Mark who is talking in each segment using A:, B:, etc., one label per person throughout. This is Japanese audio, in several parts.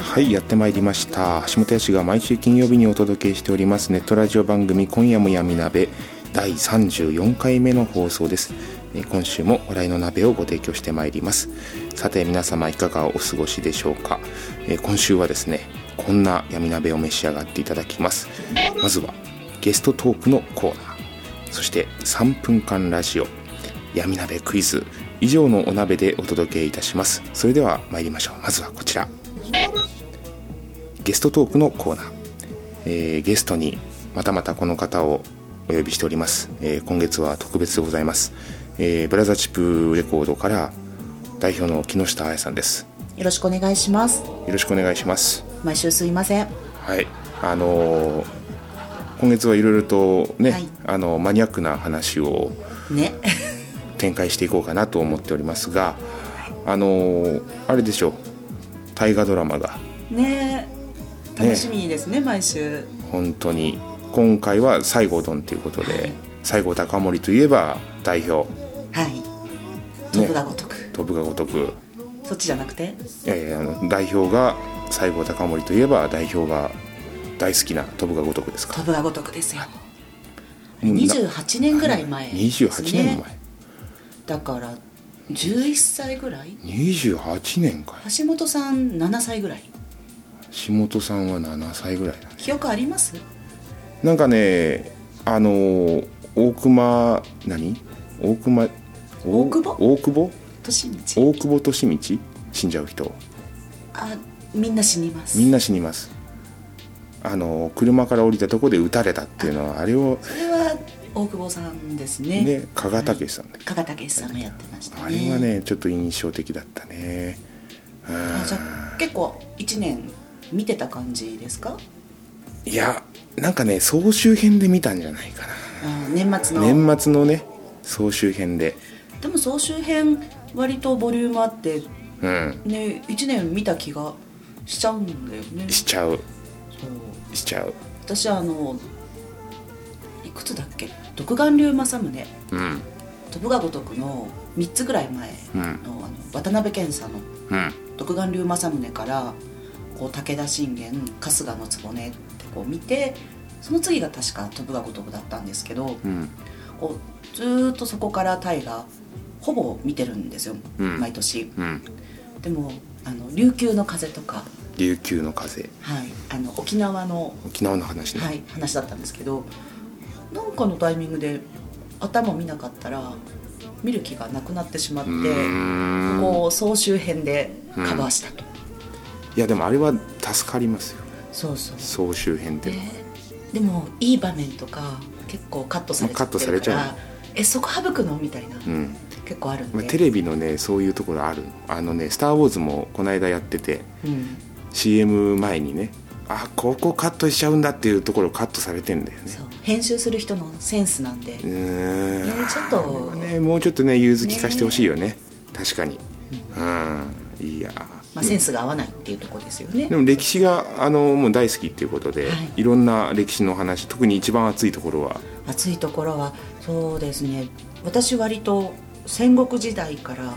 A: はい、やってまいりました。下手屋市が毎週金曜日にお届けしておりますネットラジオ番組今夜も闇鍋第34回目の放送です。えー今週も笑いの鍋をご提供してまいります。さて皆様いかがお過ごしでしょうか。えー今週はですね、こんな闇鍋を召し上がっていただきます。まずはゲストトークのコーナー。そして3分間ラジオ闇鍋クイズ以上のお鍋でお届けいたしますそれでは参りましょうまずはこちらゲストトークのコーナー、えーゲストにまたまたこの方をお呼びしております、えー今月は特別でございます、えーブラザーチップレコードから代表の木下彩さんです
B: よろしくお願いします
A: よろしくお願いします
B: 毎週すいません
A: はい、あのー今月はいろいろとね、
B: はい
A: あのマニアックな話を
B: ね
A: 展開していこうかなと思っておりますが、あのーあれでしょう大河ドラマが
B: ね楽しみですね毎週
A: 本当に今回は西郷どんということで西郷隆盛といえば代表
B: はい徳田ごとく、
A: 飛ぶが如く、
B: そっちじゃなくて
A: えーあの代表が西郷隆盛といえば代表が大好きな飛ぶが如くですか
B: 飛ぶがごとくですよ
A: もうな
B: 28年ぐらい前ですね
A: 28年前、
B: だから11歳ぐらい
A: 28年か
B: 橋本さん7歳ぐらい
A: 橋本さんは7歳ぐらいだね
B: 記憶あります
A: なんかねあのー大隈何大隈
B: 大久保
A: 大久保
B: 年道
A: 大久保利通死んじゃう人
B: あみんな死にます
A: みんな死にますあの車から降りたとこで撃たれたっていうのはあれを
B: これは大久保さんですね
A: ね加賀武さんだっけ
B: 加賀武さんがやってましたね
A: あれはねちょっと印象的だったね
B: あじゃあ結構1年見てた感じですか
A: いやなんかね総集編で見たんじゃないか
B: あ年末
A: な
B: の
A: 年末のね総集編で
B: でも総集編割とボリュームあって
A: うん
B: ね1年見た気がしちゃうんだよね
A: しちゃう
B: そう
A: しちゃう
B: 私あのいくつだっけ独眼竜政宗
A: うん
B: 徳川如くの3つぐらい前
A: うん
B: の,、あの渡辺謙さんの
A: うん
B: 独眼竜政宗からこう武田信玄春日の局ってこう見てその次が確か徳川如くだったんですけど、
A: うん
B: こうずーっとそこから大河ほぼ見てるんですよ、
A: うん
B: 毎年
A: うん
B: でもあの琉球の風とか、
A: 琉球の風
B: はい、あの沖縄の、
A: 沖縄の話ね、
B: はい、話だったんですけどなんかのタイミングで頭見なかったら見る気がなくなってしまって
A: うーん
B: こう総集編でカバーしたと、
A: いやでもあれは助かりますよ
B: そうそう
A: 総集編で、
B: ででもいい場面とか結構カットされちゃってるから、
A: まあカットさ
B: えそこ省くのみたいな、
A: うん
B: 結構あるんで、
A: まあ、テレビのねそういうところあるあのね「スター・ウォーズ」もこの間やってて
B: うん、
A: CM 前にねあここカットしちゃうんだっていうところカットされてんだよね
B: そう編集する人のセンスなんで、
A: うーん
B: ねちょっと
A: あれはねもうちょっとね融通きかしてほしいよね確かにうんいや
B: まあ、センスが合わないっていうところですよね
A: で。も歴史があのもう大好きっていうことで、、
B: はいい
A: ろんな歴史の話特に一番熱いところは
B: 暑いところはそうですね私割と戦国時代から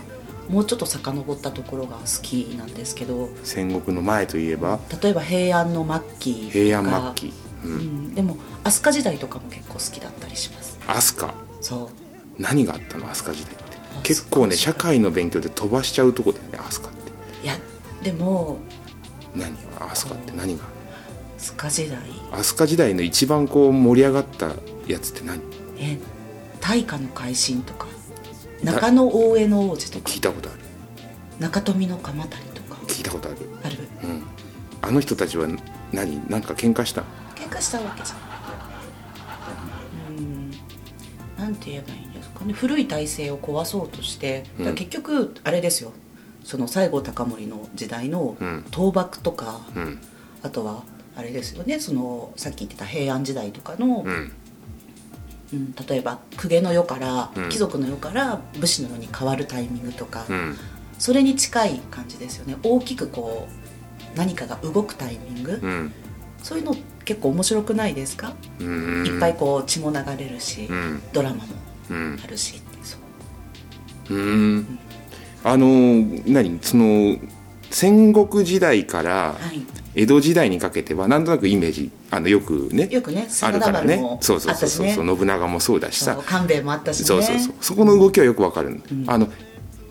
B: もうちょっと遡ったところが好きなんですけど
A: 戦国の前といえば
B: 例えば平安の末期とか
A: 平安末期、う、
B: うんん、でも飛鳥時代とかも結構好きだったりします
A: 飛鳥
B: そう
A: 何があったの飛鳥時代って結構ね
B: 飛鳥時代
A: 社会の勉強で飛ばしちゃうとこだよね飛鳥って
B: いやでも
A: 何が飛鳥って何が
B: 飛鳥時代
A: 飛鳥時代の一番こう盛り上がったやつって何
B: えー大化の改新とか中野大江の王子とか
A: 聞いたことある
B: 中富の鎌足とか
A: 聞いたことある
B: ある
A: うんあの人たちは何なんか喧嘩したの
B: 喧嘩したわけじゃんうんなんて言えばいいんですかね古い体制を壊そうとして、だから
A: うん
B: 結局あれですよその西郷隆盛の時代の
A: うん
B: 倒幕とか、
A: うん
B: あとはあれですよねそのさっき言ってた平安時代とかの、
A: うん
B: うん例えば公家の世から、
A: うん
B: 貴族の世から武士の世に変わるタイミングとか、
A: うん
B: それに近い感じですよね大きくこう何かが動くタイミング、
A: うん
B: そういうの結構面白くないですか、
A: うん
B: いっぱいこう血も流れるし、
A: うん
B: ドラマも
A: うん
B: あるしそう
A: うんあのー何その戦国時代から
B: はい
A: 江戸時代にかけてはなんとなくイメージあのよくね
B: よくね
A: あ
B: 真
A: る
B: 田
A: から
B: 丸
A: ね
B: もあったしね
A: そうそうそうそう信長もそうだし
B: そ
A: さ
B: う官兵衛もあったしね
A: そうそうそうそこの動きはよくわかるの、
B: うん
A: あの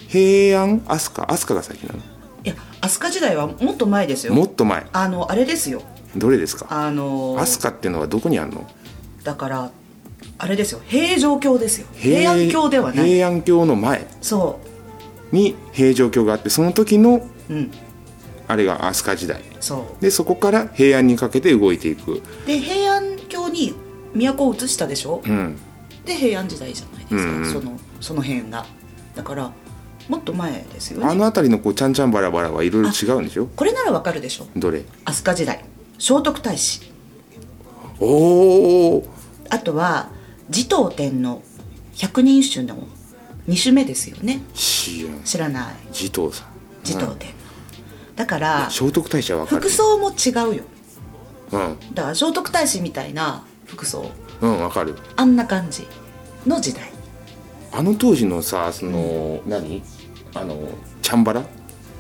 A: 平安飛鳥飛鳥が先なの
B: いや飛鳥時代はもっと前ですよ
A: もっと前
B: あのあれですよ
A: どれですか
B: あの
A: 飛鳥ってのはどこにあるの
B: だからあれですよ平城京ですよ平安京ではない
A: 平安京の前
B: そ
A: に平城京があってその時の
B: ううん
A: あれが飛鳥時代
B: そ
A: でそこから平安にかけて動いていく
B: うで平安京に都を移したでしょ、
A: うん
B: で平安時代じゃないですか、
A: うんうん
B: そのその辺がだからもっと前ですよ
A: あ
B: ね
A: の辺りのこうちゃんちゃんバラバラはいろいろ違うんでしょ
B: これならわかるでしょ
A: どれ
B: 飛鳥時代聖徳太子
A: おお
B: あとは持統天皇百人一首の2首目ですよね
A: 知らん
B: 知らない
A: 持統さん
B: 持
A: う
B: 統
A: ん
B: 天皇、だから
A: 聖徳太子はわかる
B: 服装も違うよ
A: うん
B: だから聖徳太子みたいな服装
A: うんわかる
B: あんな感じの時代
A: あの当時のさその、何あのチャンバラ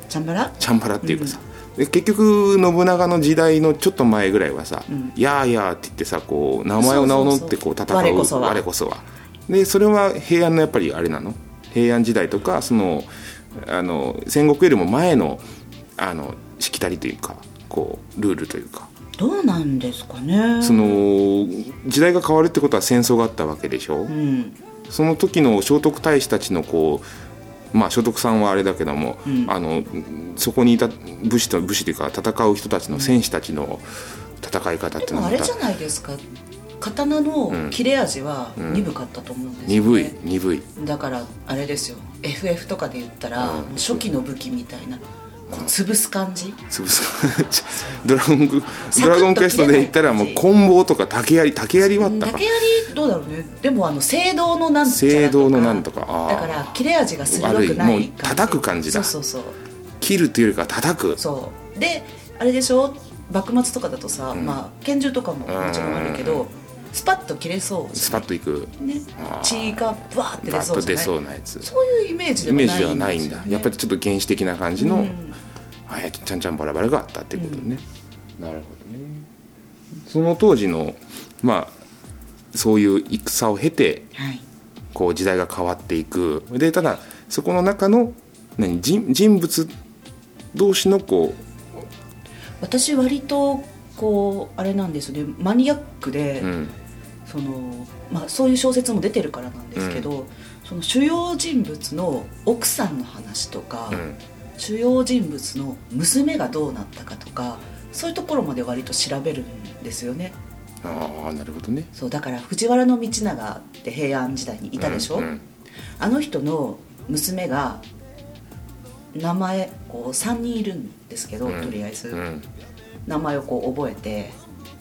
B: チャンバラ
A: チャンバラっていうかさ、で結局信長の時代のちょっと前ぐらいはさ「
B: うん
A: やーやー」って言ってさこう名前を名乗ってこう
B: そうそ
A: 戦
B: う
A: う
B: そう我こそは
A: 我こそはでそれは平安のやっぱりあれなの平安時代とかそのあの戦国よりも前のあのしきたりというかこうルールというか
B: どうなんですかね
A: その時代が変わるってことは戦争があったわけでしょ、
B: うん
A: その時の聖徳太子たちのこうまあ聖徳さんはあれだけども、
B: うん
A: あのそこにいた武士と武士というか戦う人たちの戦士たちの戦い方ってい
B: で
A: うのは
B: もあ
A: ま
B: れ
A: た
B: じゃないですか刀の切れ味は鈍かったと思うんですよ、ね
A: 鈍い鈍い
B: だからあれですよ FF とかで言ったら、
A: うん
B: もう初期の武器みたいなこう潰す感じ
A: 潰す ドラゴンクドラゴンクエストで言ったらもう棍棒とか竹槍竹槍はあったか
B: 竹槍どうだろうねでもあの青銅のなんちゃら
A: 青銅のなんとかあー
B: だから切れ味が鋭くな
A: 悪い
B: い
A: もう叩く感じだ
B: そうそうそう
A: 切るというよりかは叩く
B: そうであれでしょ幕末とかだとさ、
A: ん
B: まあ、拳銃とかももちろんあるけどスパッと切れそうじ
A: スパッといく
B: ゃんね
A: あー
B: 血がブワーって出
A: バッ
B: そ
A: と
B: うじ
A: 出
B: ゃない
A: そうなやつ
B: そういうイメージで
A: イ
B: はな
A: メ
B: い
A: ージではないんだやっぱ
B: り
A: りちょっと原始的な感じの、
B: うん
A: はい、ちゃんちゃんバラバラがあったってことね、なるほどねその当時のまあそういう戦を経て
B: はい
A: こう時代が変わっていくでただそこの中の何人人物同士のこ
B: 私割とこうあれなんですよねマニアックで、
A: う、うん、
B: そのまあ、そういう小説も出てるからなんですけど、その主要人物の奥さんの話とか、
A: うん、
B: 主要人物の娘がどうなったかとかそういうところまで割と調べるんですよね
A: ああなるほどね
B: そうだから藤原道長って平安時代にいたでしょ、
A: うんうん
B: あの人の娘が名前こう3人いるんですけど、
A: うん
B: とりあえず、
A: うん
B: 名前をこう覚えて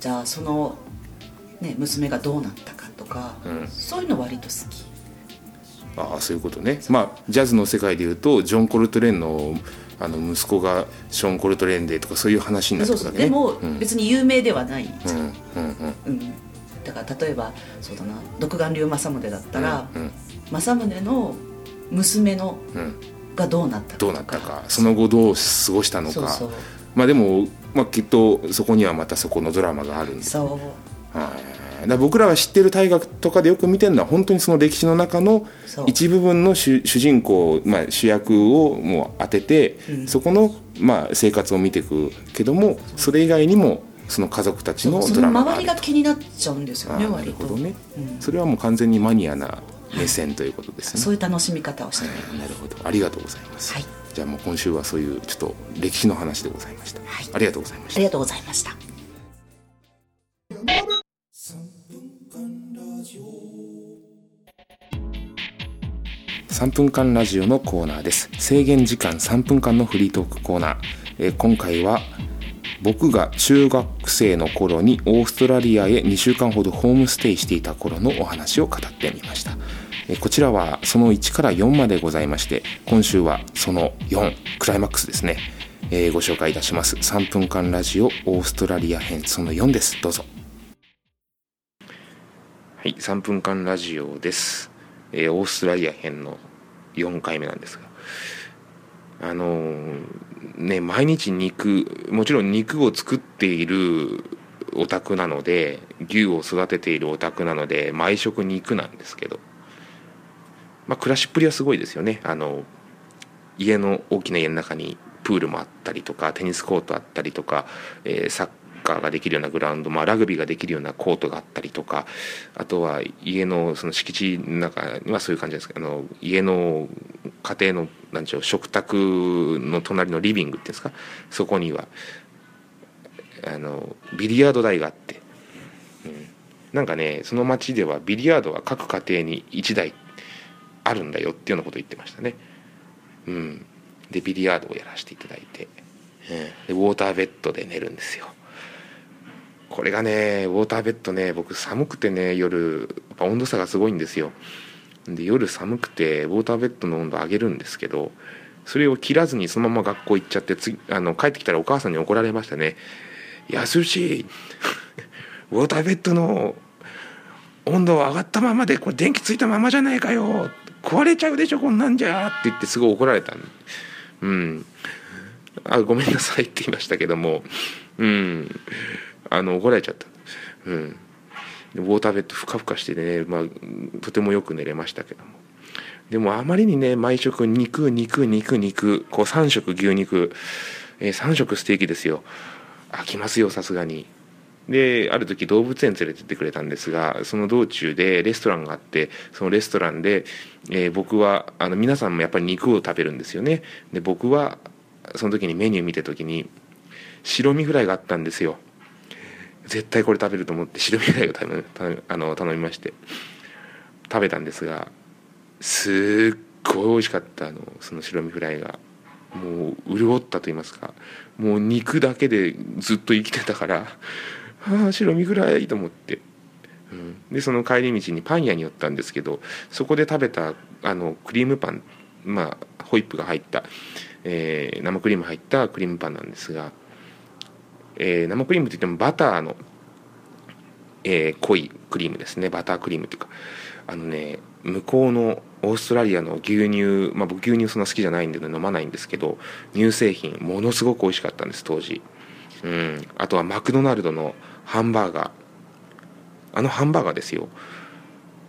B: じゃあその、ね、娘がどうなったかとか、
A: うん
B: そういうの割と好き
A: ああそういうことねまあジャズの世界でいうとジョン・コルトレーンのあの息子がショーン・コルトレーンでとかそういう話になっ
B: そ
A: て
B: う
A: くる
B: そ
A: わ
B: う
A: けね
B: でも、
A: うん
B: 別に有名ではないじ
A: う
B: ゃん、
A: んうんうん
B: うんだから例えばそうだな独眼竜政宗だったら、
A: うん
B: 政宗の娘の
A: うんうん
B: がどうなったかと
A: どうなったかその後どう過ごしたのか
B: そうそう
A: まあでも、まあ、きっとそこにはまたそこのドラマがあるんです
B: そう
A: はいだから僕らが知ってる大学とかでよく見てるのは本当にその歴史の中の
B: そう
A: 一部分の主主人公、まあ、主役をもう当てて、
B: うん
A: そこの、まあ、生活を見ていくけどもそれ以外にもその家族たち
B: そ
A: の
B: うそ
A: ド
B: の
A: ラマがあ
B: 周
A: る
B: りが気になっちゃうんですよね
A: あーな
B: 割
A: るほ
B: と
A: どね、
B: うん
A: それはもう完全にマニアな目線ということですね、
B: そういう楽しみ方をしてます
A: なるほどありがとうございます、
B: はい
A: じゃあもう今週はそういうちょっと歴史の話でございました、
B: はい
A: ありがとうございました
B: ありがとうございました
A: 3分間ラジオのコーナーです制限時間3分間のフリートークコーナー、えー今回は僕が中学生の頃にオーストラリアへ2週間ほどホームステイしていた頃のお話を語ってみましたえーこちらはその1から4までございまして今週はその4クライマックスですね、えーご紹介いたします3分間ラジオオーストラリア編その4ですどうぞはい、3分間ラジオです、えーオーストラリア編の4回目なんですがあのーね毎日肉もちろん肉を作っているお宅なので牛を育てているお宅なので毎食肉なんですけどまあ暮らしっぷりはすごいですよねあの家の大きな家の中にプールもあったりとかテニスコートあったりとか、えーサッカーができるようなグラウンド、まあ、ラグビーができるようなコートがあったりとかあとは家のその敷地の中にはそういう感じですけどあの家の家庭のなんでしょう食卓の隣のリビングっていうんですかそこにはあのビリヤード台があって、うんなんかねその町ではビリヤードは各家庭に1台あるんだよっていうようなことを言ってましたね。うん、でビリヤードをやらせていただいて、でウォーターベッドで寝るんですよこれがねウォーターベッドね僕寒くてね夜やっぱ温度差がすごいんですよで夜寒くてウォーターベッドの温度上げるんですけどそれを切らずにそのまま学校行っちゃって次あの帰ってきたらお母さんに怒られましたね「安し ウォーターベッドの温度は上がったままでこれ電気ついたままじゃないかよ壊れちゃうでしょこんなんじゃ」って言ってすごい怒られたんうんあごめんなさいって言いましたけどもうんあの怒られちゃったうんでウォーターベッドふかふかしてね、まあ、とてもよく寝れましたけどもでもあまりにね毎食肉肉肉肉こう3食牛肉、え3食ステーキですよ飽きますよさすがにである時動物園連れてってくれたんですがその道中でレストランがあってそのレストランで、えー僕はあの皆さんもやっぱり肉を食べるんですよねで僕はその時にメニュー見た時に白身フライがあったんですよ絶対これ食べると思って白身フライを頼む頼むあの頼みまして食べたんですがすっごい美味しかったあのその白身フライがもう潤ったと言いますかもう肉だけでずっと生きてたから ああ白身フライと思って、うん、でその帰り道にパン屋に寄ったんですけどそこで食べたあのクリームパンまあホイップが入った、えー生クリーム入ったクリームパンなんですが、えー生クリームといってもバターの、えー濃いクリームですねバタークリームというかあのね向こうのオーストラリアの牛乳、まあ、僕牛乳そんな好きじゃないんで、飲まないんですけど乳製品ものすごく美味しかったんです当時うん、あとはマクドナルドのハンバーガーあのハンバーガーですよ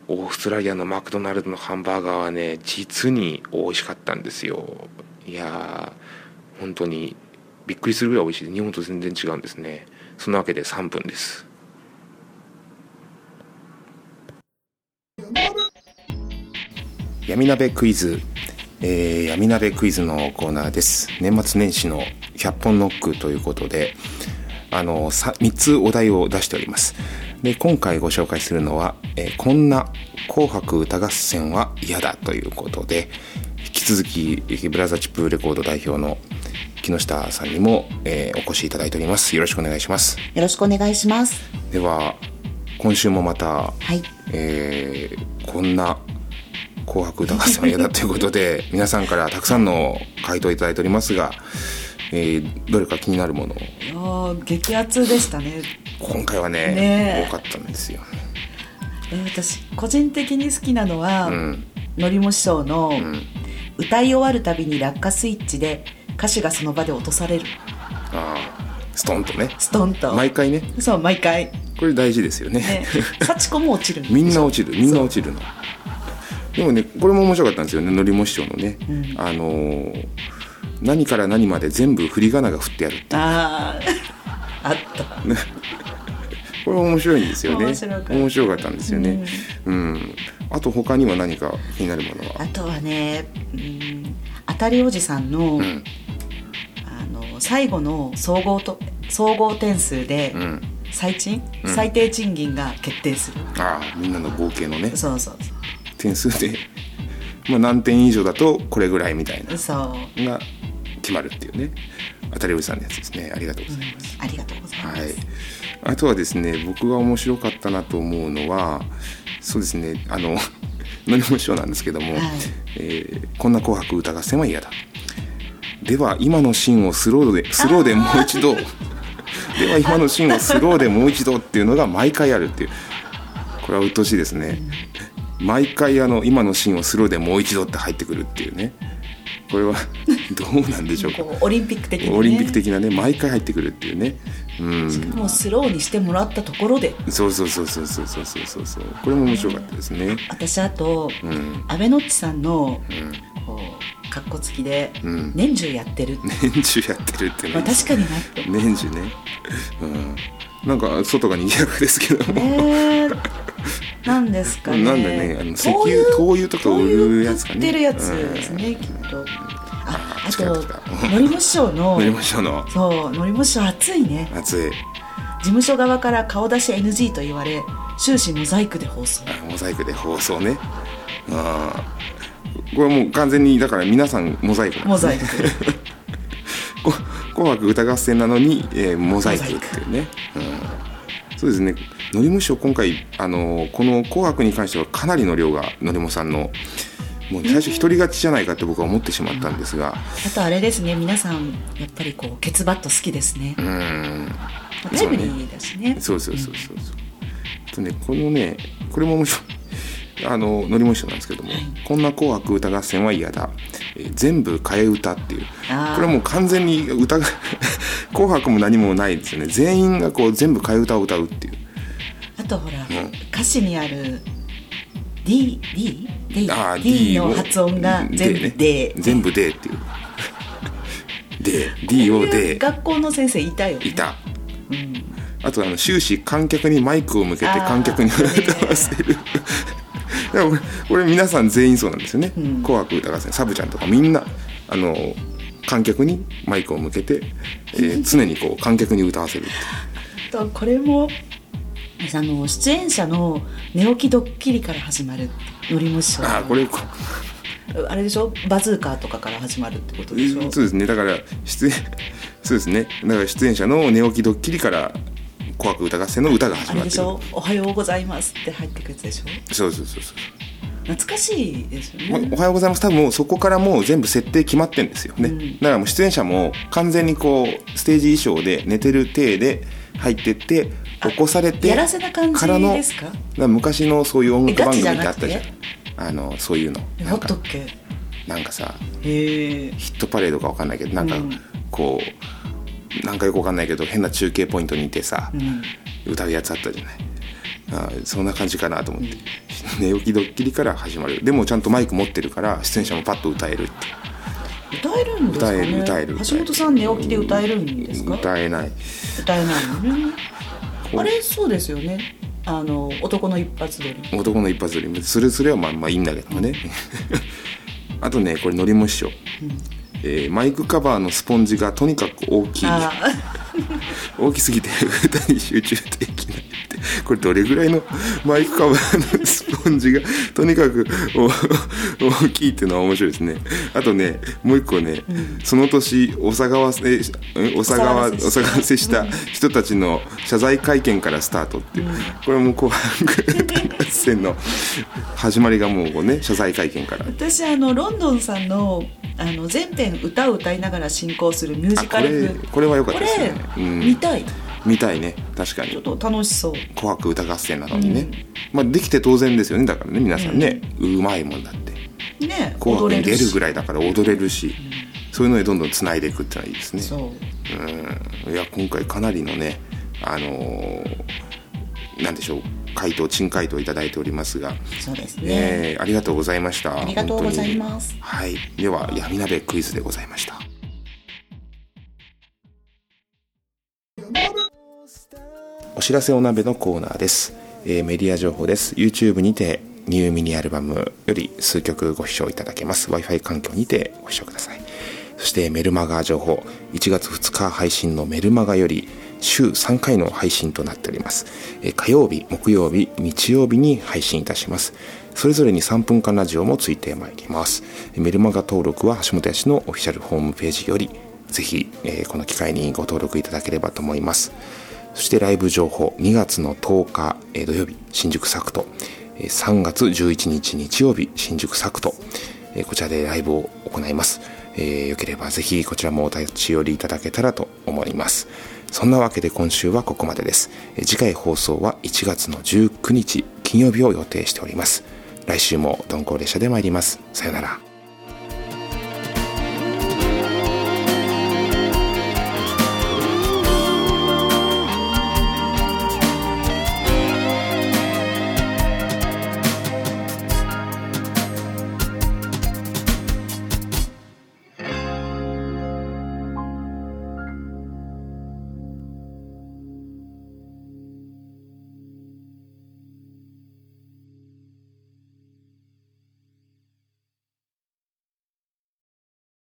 A: オーストラリアのマクドナルドのハンバーガーはね実に美味しかったんですよいやー本当にびっくりするぐらい美味しい日本と全然違うんですねそんなわけで3分です闇鍋クイズ、えー闇鍋クイズのコーナーです年末年始の100本ノックということであの 3, つお題を出しておりますで今回ご紹介するのは、えーこんな紅白歌合戦は嫌だということで引き続きブラザーチップレコード代表の木下さんにも、えーお越しいただいておりますよろしくお願いします
B: よろしくお願いします
A: では今週もまた
B: はい
A: えーこんな「紅白歌合戦は嫌だ」ということで 皆さんからたくさんの回答をいただいておりますが、えーどれか気になるものを
B: いやー激アツでしたね、
A: 今回はね
B: ねえ
A: 多かったんですよ。
B: えー私個人的に好きなのは、
A: うん
B: のりも師匠の、
A: ん
B: 歌い終わるたびに落下スイッチで歌詞がその場で落とされる
A: あーストンとね
B: ストンと
A: 毎回ね
B: そう毎回
A: これ大事ですよね
B: ね幸子も落ちるんです
A: みんな落ちるみんな落ちるのでもねこれも面白かったんですよねのりも師匠のね、
B: うん
A: あのー何から何まで全部振り仮名が振ってやる
B: あーあった
A: これ面白いんですよね
B: 面白かった
A: 面白かったんですよねうん、あと他には何か気になるものは
B: あとはね、うん、当たりおじさんの,、
A: うん
B: あの最後の総合と総合点数で
A: うん
B: 最賃、
A: うん
B: 最低賃金が決定する、
A: ああみんなの合計のね
B: そうそうそ
A: 点数で、まあ、何点以上だとこれぐらいみたいな
B: うそう、うん
A: のが決まるっていうね当たりおじさんのやつですねありがとうございます、
B: ありがとうございます、
A: はい、あとはですね僕が面白かったなと思うのはそうですねあの 何でも一緒なんですけども「
B: はい
A: えーこんな紅白歌合戦は嫌だ」では今のシーンをスローでスローでもう一 度では今のシーンをスローでもう一度っていうのが毎回あるっていうこれは鬱陶しいですね、毎回あの今のシーンをスローでもう一度って入ってくるっていうねこれは どうなんでしょうか
B: こうオリンピック的に、ね、
A: オリンピック的なね毎回入ってくるっていうねうん
B: もうスローにしてもらったところで
A: そうそうそうそうそうそうそうそうそうこれも面白かったですね
B: 私あと、
A: うん
B: 阿部ノッチさんの
A: うん
B: こうかっこつきで、
A: うん
B: 年中やってるって、
A: 年中やってるってね
B: まあ、確かになって
A: 年中ねうんなんか外が賑やかですけども、
B: えー、なんですかね。
A: なんだねあの石油
B: 灯
A: 灯油とか売るやつかね
B: 灯油売ってるやつですね、きっと。あ、あ
A: 近
B: と
A: くだ、
B: のりも師匠の
A: 乗。りましょうの
B: そう、のりも師匠熱いね。
A: 暑い
B: 事務所側から顔出し NG と言われ、終始モザイクで放送。
A: あモザイクで放送ねあーこれはもう完全にだから皆さんモザイクなん
B: モ
A: です
B: ザ
A: ね
B: イク。
A: こ紅白歌合戦なのに、えーモザイクっていうね、うん、そうですねのりむしろ今回、あのーこの「紅白」に関してはかなりの量がのりもさんのもう最初独り勝ちじゃないかって僕は思ってしまったんですが
B: あとあれですね、皆さん、やっぱりこう、ケツバット好きですね
A: う。ん
B: まあタイムリーだしね。
A: そうそうそうそうそうあとねこのねこれも面白いあののりも一緒なんですけども「こんな紅白歌合戦は嫌だ」えー全部替え歌」っていう
B: あー
A: これはもう完全に歌が 紅白も何もないですよね全員がこう全部替え歌を歌うっていう
B: あとほら、
A: ん
B: 歌詞にある D、D? D,
A: あー
B: D
A: D を
B: の発音が全部
A: ね
B: D。
A: 全部 D っていう D D を D
B: 学校の先生いたよ、ね、
A: いた
B: うん、
A: あとあの終始観客にマイクを向けて観客に
B: あー
A: 歌わせるだから俺俺皆さん全員そうなんですよね「
B: うん
A: 紅白歌合戦」サブちゃんとかみんなあの観客にマイクを向けて、えー常にこう観客に歌わせるって
B: あとこれもあの出演者の寝起きドッキリから始まるのりも師匠
A: ああこれこ
B: あれでしょバズーカーとかから始まるってことでしょ
A: そうですねだから出演 そうですねだから出演者の寝起きドッキリから「紅白歌合戦」の歌が始
B: あ
A: ま
B: れ
A: って
B: でし
A: る
B: ょ「おはようございます」って入ってくるやつでしょ
A: そうそうそうそう
B: 懐かしいですよ
A: まあ
B: ね
A: おはようございます多分もうそこからもう全部設定決まってんですよね、
B: うん
A: だからもう出演者も完全にこうステージ衣装で寝てる体で入ってって
B: あ
A: 起こされて
B: やらせな感じ
A: らの
B: ですか
A: だら昔のそういう音楽番組って
B: え
A: あ
B: ガ
A: っ
B: チ
A: た
B: じゃ
A: じゃ
B: なんくて
A: あのそういうのな
B: あ
A: ん
B: っ
A: か
B: たっけ
A: なんかさ
B: へえ
A: ヒットパレードかわかんないけどなんか
B: うん
A: こう、なんかよくわかんないけど変な中継ポイントにいてさ、
B: うん
A: 歌うやつあったじゃないあーそんな感じかなと思って、寝起きドッキリから始まるでもちゃんとマイク持ってるから出演者もパッと歌えるっていう
B: 歌えるんですか
A: 歌える
B: ね
A: 歌える
B: 橋本さん寝起きで歌えるんですか
A: 歌えない
B: 歌えないのね
A: こう
B: あれそうですよねあの男の一発撮り
A: 男の一発撮りそれすれはまあまあいいんだけどもね あとねこれのりも師匠、えーマイクカバーのスポンジがとにかく大きい
B: あ
A: 大きすぎて歌に集中できないってこれどれぐらいのマイクカバーのスポンジ がとにかくお大きいっていうのは面白いですねあとねもう一個ね、その年お騒がせえお騒がわお
B: お
A: 騒
B: 騒
A: がせした人たちの謝罪会見からスタートっていう、これも紅白歌合戦の始まりがもうね謝罪会見から
B: 私あのロンドンさんのあの全編歌を歌いながら進行するミュージカル
A: あこれこれは良かったですね
B: これ
A: うん
B: 見たい
A: 見たいね確かに
B: ちょっと楽しそう
A: 紅白歌合戦なのにね、まあ、できて当然ですよねだからね皆さんね、うまいもんだって
B: ね
A: 「紅白」
B: 踊れ
A: に
B: る
A: 出る
B: し
A: ぐらいだから踊れるし、そういうのでどんどんつないでいくってのはいいですね
B: そう
A: うんいや今回かなりのねあのーなんでしょう回答珍回答いただいておりますが、
B: そうですね
A: えーありがとうございました
B: ありがとうございます
A: 本当にはい、では闇鍋クイズでございました知らせお鍋のコーナーです、えーメディア情報です YouTube にてニューミニアルバムより数曲ご視聴いただけます Wi-Fi 環境にてご視聴くださいそしてメルマガ情報1月2日配信のメルマガより週3回の配信となっております、えー火曜日木曜日日曜日に配信いたしますそれぞれに3分間ラジオもついてまいりますえーメルマガ登録は橋本屋氏のオフィシャルホームページよりぜひ、えーこの機会にご登録いただければと思いますそしてライブ情報2月の10日、えー土曜日新宿サクトえー3月11日日曜日新宿サクトえーこちらでライブを行います、えーよければぜひこちらもお立ち寄りいただけたらと思いますそんなわけで今週はここまでですえー次回放送は1月の19日金曜日を予定しております来週も鈍行列車で参りますさよなら